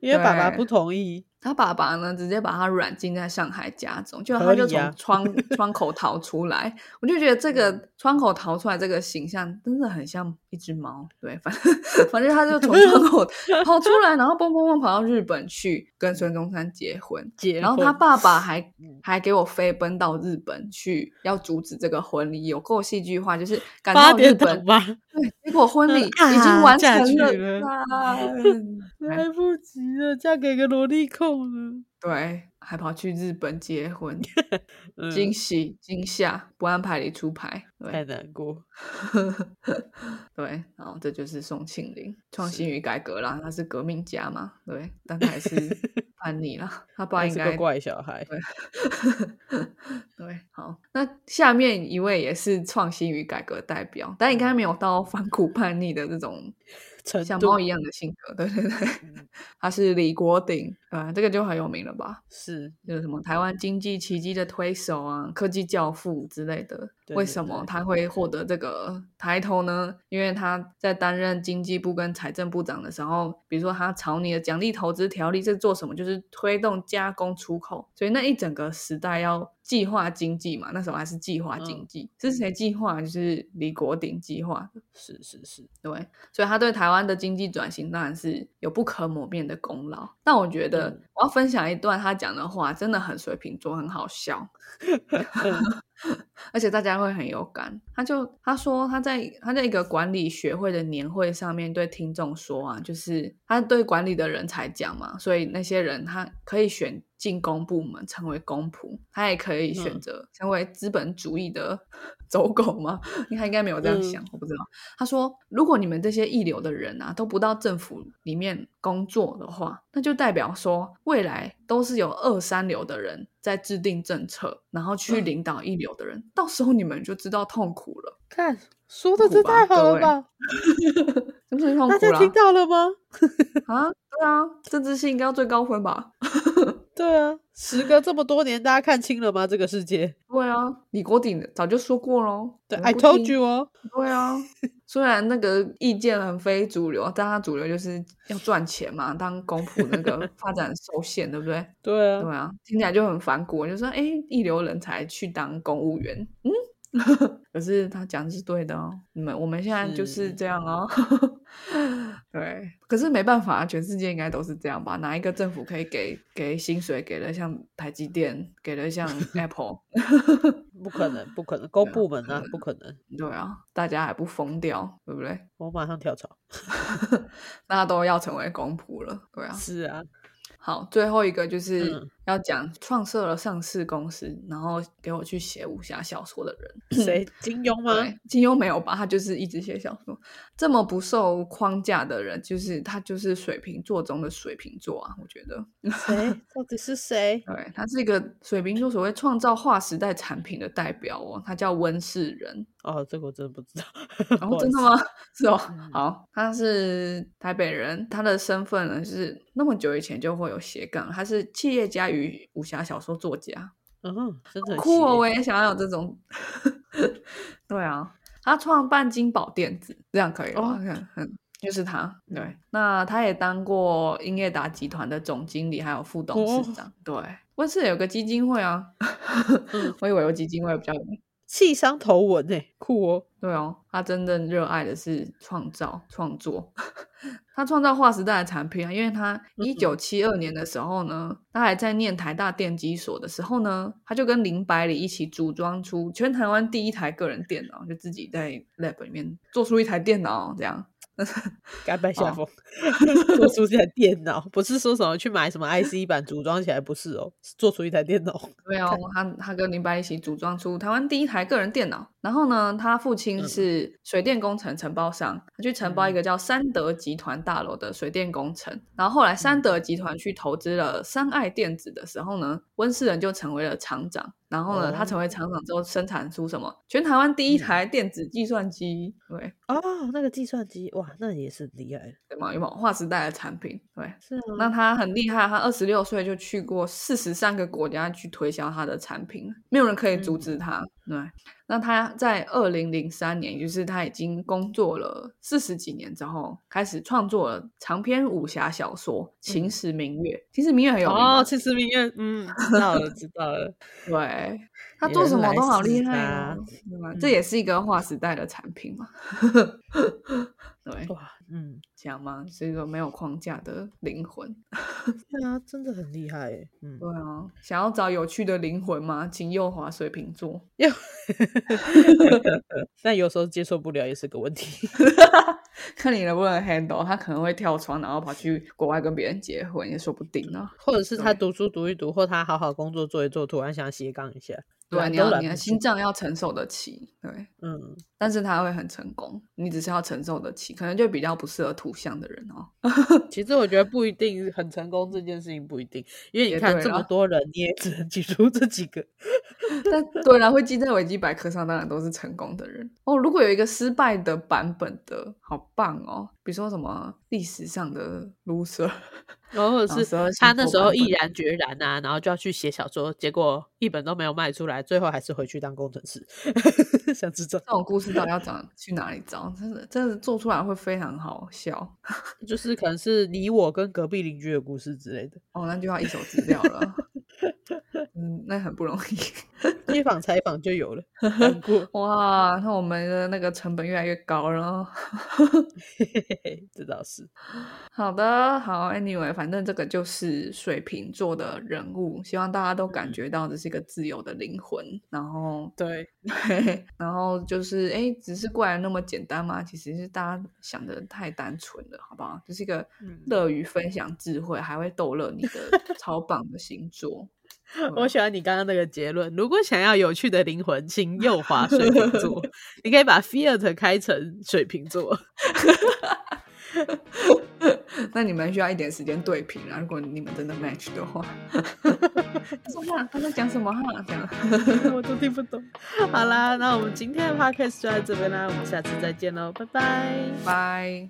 [SPEAKER 2] 因为爸爸
[SPEAKER 1] 对
[SPEAKER 2] 不同意，
[SPEAKER 1] 他爸爸呢，直接把他软禁在上海家中，就
[SPEAKER 2] 合
[SPEAKER 1] 他就
[SPEAKER 2] 理
[SPEAKER 1] 从
[SPEAKER 2] 啊嗯
[SPEAKER 1] 窗、 窗口逃出来。我就觉得这个窗口逃出来这个形象真的很像一只猫，对，反正反正他就从窗 口跑出来，然后蹦蹦蹦跑到日本去跟孙中山结婚。
[SPEAKER 2] 结
[SPEAKER 1] 然后他
[SPEAKER 2] 婚
[SPEAKER 1] 爸爸还
[SPEAKER 2] 嗯
[SPEAKER 1] 还给我飞奔到日本去，要阻止这个婚礼，有够戏剧化，就是赶
[SPEAKER 2] 八
[SPEAKER 1] 到日
[SPEAKER 2] 点档
[SPEAKER 1] 本，
[SPEAKER 2] 吧，
[SPEAKER 1] 对，结果婚礼已经
[SPEAKER 2] 啊
[SPEAKER 1] 完
[SPEAKER 2] 嫁
[SPEAKER 1] 成
[SPEAKER 2] 去
[SPEAKER 1] 了，
[SPEAKER 2] 了
[SPEAKER 1] 啊
[SPEAKER 2] 来不及了，嫁给一个萝莉控了。
[SPEAKER 1] 对，还跑去日本结 婚，
[SPEAKER 2] 嗯
[SPEAKER 1] 惊喜惊吓，不按牌理出牌。
[SPEAKER 2] 太
[SPEAKER 1] 对
[SPEAKER 2] 难过。
[SPEAKER 1] 对，然后这就是宋庆龄创
[SPEAKER 2] 是
[SPEAKER 1] 新与改革啦，他是革命家嘛，对，但他还 是叛逆啦，他爸
[SPEAKER 2] 还
[SPEAKER 1] 应
[SPEAKER 2] 是个
[SPEAKER 1] 该
[SPEAKER 2] 怪小孩，
[SPEAKER 1] 对，好，那下面一位也是创新与改革代表，但应
[SPEAKER 2] 嗯
[SPEAKER 1] 该没有到反骨叛逆的这种
[SPEAKER 2] 程
[SPEAKER 1] 像
[SPEAKER 2] 度
[SPEAKER 1] 猫一样的性格，对对对
[SPEAKER 2] 呃嗯，
[SPEAKER 1] 他是李国鼎，啊、这个就很有名了吧？
[SPEAKER 2] 是
[SPEAKER 1] 就是什么台湾经济奇迹的推手啊，科技教父之类的。
[SPEAKER 2] 对
[SPEAKER 1] 为
[SPEAKER 2] 对
[SPEAKER 1] 什么
[SPEAKER 2] 对
[SPEAKER 1] 他会获得这个抬头呢？因为他在担任经济部跟财政部长的时候，比如说他草拟的奖励投资条例是做什么？就是推动加工出口。所以那一整个时代要计划经济嘛，那时候还是计划经
[SPEAKER 2] 嗯
[SPEAKER 1] 济，是谁计划？就是李国鼎计划的。
[SPEAKER 2] 是是是，
[SPEAKER 1] 对，所以他对台湾的经济转型当然是有不可磨灭的功劳。但我觉得
[SPEAKER 2] 嗯
[SPEAKER 1] 我要分享一段他讲的话，真的很水瓶座，很好 笑，
[SPEAKER 2] 嗯
[SPEAKER 1] 而且大家会很有感。他就他说他在他在一个管理学会的年会上面对听众说啊，就是他对管理的人才讲嘛，所以那些人他可以选进公部门成为公仆，他也可以选
[SPEAKER 2] 嗯
[SPEAKER 1] 择成为资本主义的 走狗吗？他应该没有这样
[SPEAKER 2] 嗯
[SPEAKER 1] 想，我不知道。他说，如果你们这些一流的人啊，都不到政府里面工作的话，那就代表说未来都是有二三流的人在制定政策，然后去
[SPEAKER 2] 嗯
[SPEAKER 1] 领导一流的人，到时候你们就知道痛苦了，
[SPEAKER 2] 看说的
[SPEAKER 1] 苦
[SPEAKER 2] 这
[SPEAKER 1] 吧
[SPEAKER 2] 太
[SPEAKER 1] 各
[SPEAKER 2] 好了
[SPEAKER 1] 位
[SPEAKER 2] 吧？
[SPEAKER 1] 真是痛
[SPEAKER 2] 大
[SPEAKER 1] 苦
[SPEAKER 2] 家
[SPEAKER 1] 啦
[SPEAKER 2] 听到了吗？
[SPEAKER 1] 啊！对啊，政治系应该要最高分吧？
[SPEAKER 2] 对啊，时隔这么多年，大家看清了吗？这个世界？
[SPEAKER 1] 对啊，李国鼎早就说过喽。
[SPEAKER 2] 对
[SPEAKER 1] 我
[SPEAKER 2] ，I
[SPEAKER 1] 不
[SPEAKER 2] told
[SPEAKER 1] 听
[SPEAKER 2] you 哦，
[SPEAKER 1] 对啊， 虽然那个意见很非主流，但它主流就是要赚钱嘛，当公仆那个发展受限，对不对？
[SPEAKER 2] 对啊
[SPEAKER 1] 对，啊，听起来就很反骨，就说哎，诶一流人才去当公务员，嗯， 可是他讲的是对的哦，你们我们现在就是
[SPEAKER 2] 是
[SPEAKER 1] 这样哦， 对，可是没办法，啊全世界应该都是这样吧？哪一个政府可以给给薪水给的像台积电，给的像 Apple？
[SPEAKER 2] 不 可能，不可能，公
[SPEAKER 1] 对啊
[SPEAKER 2] 部
[SPEAKER 1] 不
[SPEAKER 2] 门
[SPEAKER 1] 可
[SPEAKER 2] 啊
[SPEAKER 1] 能，
[SPEAKER 2] 不可能，
[SPEAKER 1] 对啊，大家还不疯掉，对不对？
[SPEAKER 2] 我马上跳槽。
[SPEAKER 1] 大家都要成为公仆了，对啊。
[SPEAKER 2] 是啊，
[SPEAKER 1] 好，最后一个就是
[SPEAKER 2] 嗯
[SPEAKER 1] 要讲创设了上市公司，然后给我去写武侠小说的人。
[SPEAKER 2] 谁？金 庸吗？
[SPEAKER 1] 对，金庸没有吧？他就是一直写小说，这么不受框架的人，就是他就是水瓶座中的水瓶座啊！我觉得，
[SPEAKER 2] 谁？到底 是谁？
[SPEAKER 1] 对，他是一个水瓶座所谓创造划时代产品的代表哦，他叫温世仁。
[SPEAKER 2] 哦，这个我真的不知道。
[SPEAKER 1] 然后
[SPEAKER 2] 不好
[SPEAKER 1] 哦真
[SPEAKER 2] 意
[SPEAKER 1] 的
[SPEAKER 2] 思？
[SPEAKER 1] 吗？ 是哦
[SPEAKER 2] 嗯，
[SPEAKER 1] 好，他是台北人，他的身份呢是那么久以前就会有斜杠，他是企业家与武侠小说作家。
[SPEAKER 2] 嗯哼，真的很
[SPEAKER 1] 酷哦！
[SPEAKER 2] 邪
[SPEAKER 1] 我也想要有这种。 对啊，他创办金宝电子，这样可以吗？
[SPEAKER 2] 哦
[SPEAKER 1] 很很，就是他。对
[SPEAKER 2] 嗯，
[SPEAKER 1] 那他也当过英业达集团的总经理，还有副董
[SPEAKER 2] 哦
[SPEAKER 1] 事长。对，温室有个基金会啊，
[SPEAKER 2] 嗯
[SPEAKER 1] 我以为有基金会比较有名。
[SPEAKER 2] 气伤头文诶、酷哦。
[SPEAKER 1] 对哦，他真正热爱的是创造创作， 他创造划时代的产品啊，因为他一九七二年的时候呢，他还在念台大电机所的时候呢，他就跟林百里一起组装出全台湾第一台个人电脑，就自己在 lab 里面做出一台电脑这样。
[SPEAKER 2] 甘拜
[SPEAKER 1] 哦
[SPEAKER 2] 下风，做出这台电脑，不是说什么去买什么 IC 版组装起来，不是哦，是做出一台电脑。
[SPEAKER 1] 对哦，他他跟林白一起组装出台湾第一台个人电脑。然后呢，他父亲
[SPEAKER 2] 嗯
[SPEAKER 1] 是水电工程承包商，他去承包一个叫三德集团大楼的水电工程。然后后来
[SPEAKER 2] 嗯
[SPEAKER 1] 三德集团去投资了三爱电子的时候呢，温世仁就成为了厂长。然后呢，他
[SPEAKER 2] 哦
[SPEAKER 1] 成为厂长之后，生产出什么？全台湾第一
[SPEAKER 2] 嗯
[SPEAKER 1] 台电子计算机。对，
[SPEAKER 2] 哦，那个计算机，哇，那也是很厉害的。
[SPEAKER 1] 对吗？有没有划时代的产品？对，
[SPEAKER 2] 是啊，
[SPEAKER 1] 那他很厉害，他二十六岁就去过四十三个国家去推销他的产品，没有人可以阻
[SPEAKER 2] 嗯
[SPEAKER 1] 止他。对，那他在二零零三年，也就是他已经工作了四十几年之后，开始创作了长篇武侠小说《秦
[SPEAKER 2] 嗯
[SPEAKER 1] 时明月》。秦时明月很有名吧
[SPEAKER 2] 哦，其实明月，嗯，知道了，知道了。
[SPEAKER 1] 对他做什
[SPEAKER 2] 原
[SPEAKER 1] 么
[SPEAKER 2] 来
[SPEAKER 1] 都好
[SPEAKER 2] 是
[SPEAKER 1] 厉害
[SPEAKER 2] 他
[SPEAKER 1] 哦，对吧？
[SPEAKER 2] 嗯
[SPEAKER 1] 这也是一个划时代的产品嘛。 对，
[SPEAKER 2] 哇，嗯，
[SPEAKER 1] 讲嘛，是一个没有框架的灵魂。
[SPEAKER 2] 对啊，真的很厉害耶，嗯，
[SPEAKER 1] 对啊，想要找有趣的灵魂吗？请右滑水瓶座。
[SPEAKER 2] 但有时候接受不了也是个问题。
[SPEAKER 1] 看你能不能 handle，他可能会跳窗，然后跑去国外跟别人结婚，也说不定呢。
[SPEAKER 2] 或者是他
[SPEAKER 1] 对
[SPEAKER 2] 读书读一读，或他好好工作做一做，突然想斜杠一下，
[SPEAKER 1] 对啊，
[SPEAKER 2] 懒
[SPEAKER 1] 你
[SPEAKER 2] 都
[SPEAKER 1] 要
[SPEAKER 2] 懒
[SPEAKER 1] 你
[SPEAKER 2] 不
[SPEAKER 1] 的
[SPEAKER 2] 起
[SPEAKER 1] 心脏要承受得起，对，
[SPEAKER 2] 嗯，
[SPEAKER 1] 但是他会很成功，你只是要承受得起，可能就比较不适合图像的人哦。
[SPEAKER 2] 其实我觉得不一定很成功，这件事情不一定，因为
[SPEAKER 1] 也
[SPEAKER 2] 你看
[SPEAKER 1] 对
[SPEAKER 2] 这么
[SPEAKER 1] 啦
[SPEAKER 2] 多人，你也只能挤出这几个。
[SPEAKER 1] 但对啦，会记在维基百科上，当然都是成功的人哦。如果有一个失败的版本的，好棒哦！比如说什么历史上的 loser，
[SPEAKER 2] 然后或
[SPEAKER 1] 然
[SPEAKER 2] 者
[SPEAKER 1] 后
[SPEAKER 2] 是
[SPEAKER 1] 12星
[SPEAKER 2] 他那
[SPEAKER 1] 座
[SPEAKER 2] 时候
[SPEAKER 1] 版本
[SPEAKER 2] 毅然决然啊，然后就要去写小说，结果一本都没有卖出来，最后还是回去当工程师， 像这种
[SPEAKER 1] 这种故事到底要找去哪里找？真的真的做出来会非常好笑
[SPEAKER 2] 就是可能是你我跟隔壁邻居的故事之类的，
[SPEAKER 1] 哦，那就要一手资料了。 嗯，那很不容易
[SPEAKER 2] 街访采访就 有了，难过，
[SPEAKER 1] 哇！那我们的那个成本越来越高了。
[SPEAKER 2] 嘿嘿嘿，这倒是，
[SPEAKER 1] 好的，好，anyway，反正这个就是水瓶座的人物，希望大家都感
[SPEAKER 2] 嗯
[SPEAKER 1] 觉到这是一个自由的灵魂，然后
[SPEAKER 2] 对，
[SPEAKER 1] 对， 然后就是哎，诶只是过来那么简单吗？其实是大家想的太单纯了，好不好？这是一个
[SPEAKER 2] 嗯
[SPEAKER 1] 乐于分享智慧，还会逗乐你 的超棒的星座。
[SPEAKER 2] 我喜欢你刚刚那个结论。如果想要有趣的灵魂，请右滑水瓶座， 你可以把 Fiat 开成水瓶座。
[SPEAKER 1] 那你们需要一点时间对平啊，如果你们真的 match 的 话。他说哈，他在讲什么哈？这样，
[SPEAKER 2] 我都听不懂。嗯好啦，那我们今天的 podcast 就到这边啦，我们下次再见喽，拜拜。
[SPEAKER 1] 拜。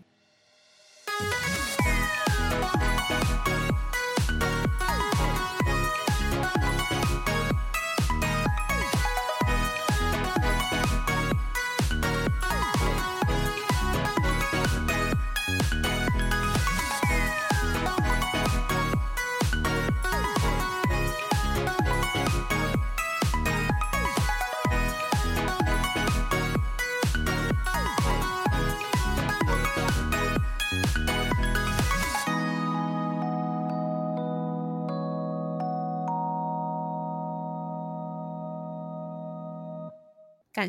[SPEAKER 2] 感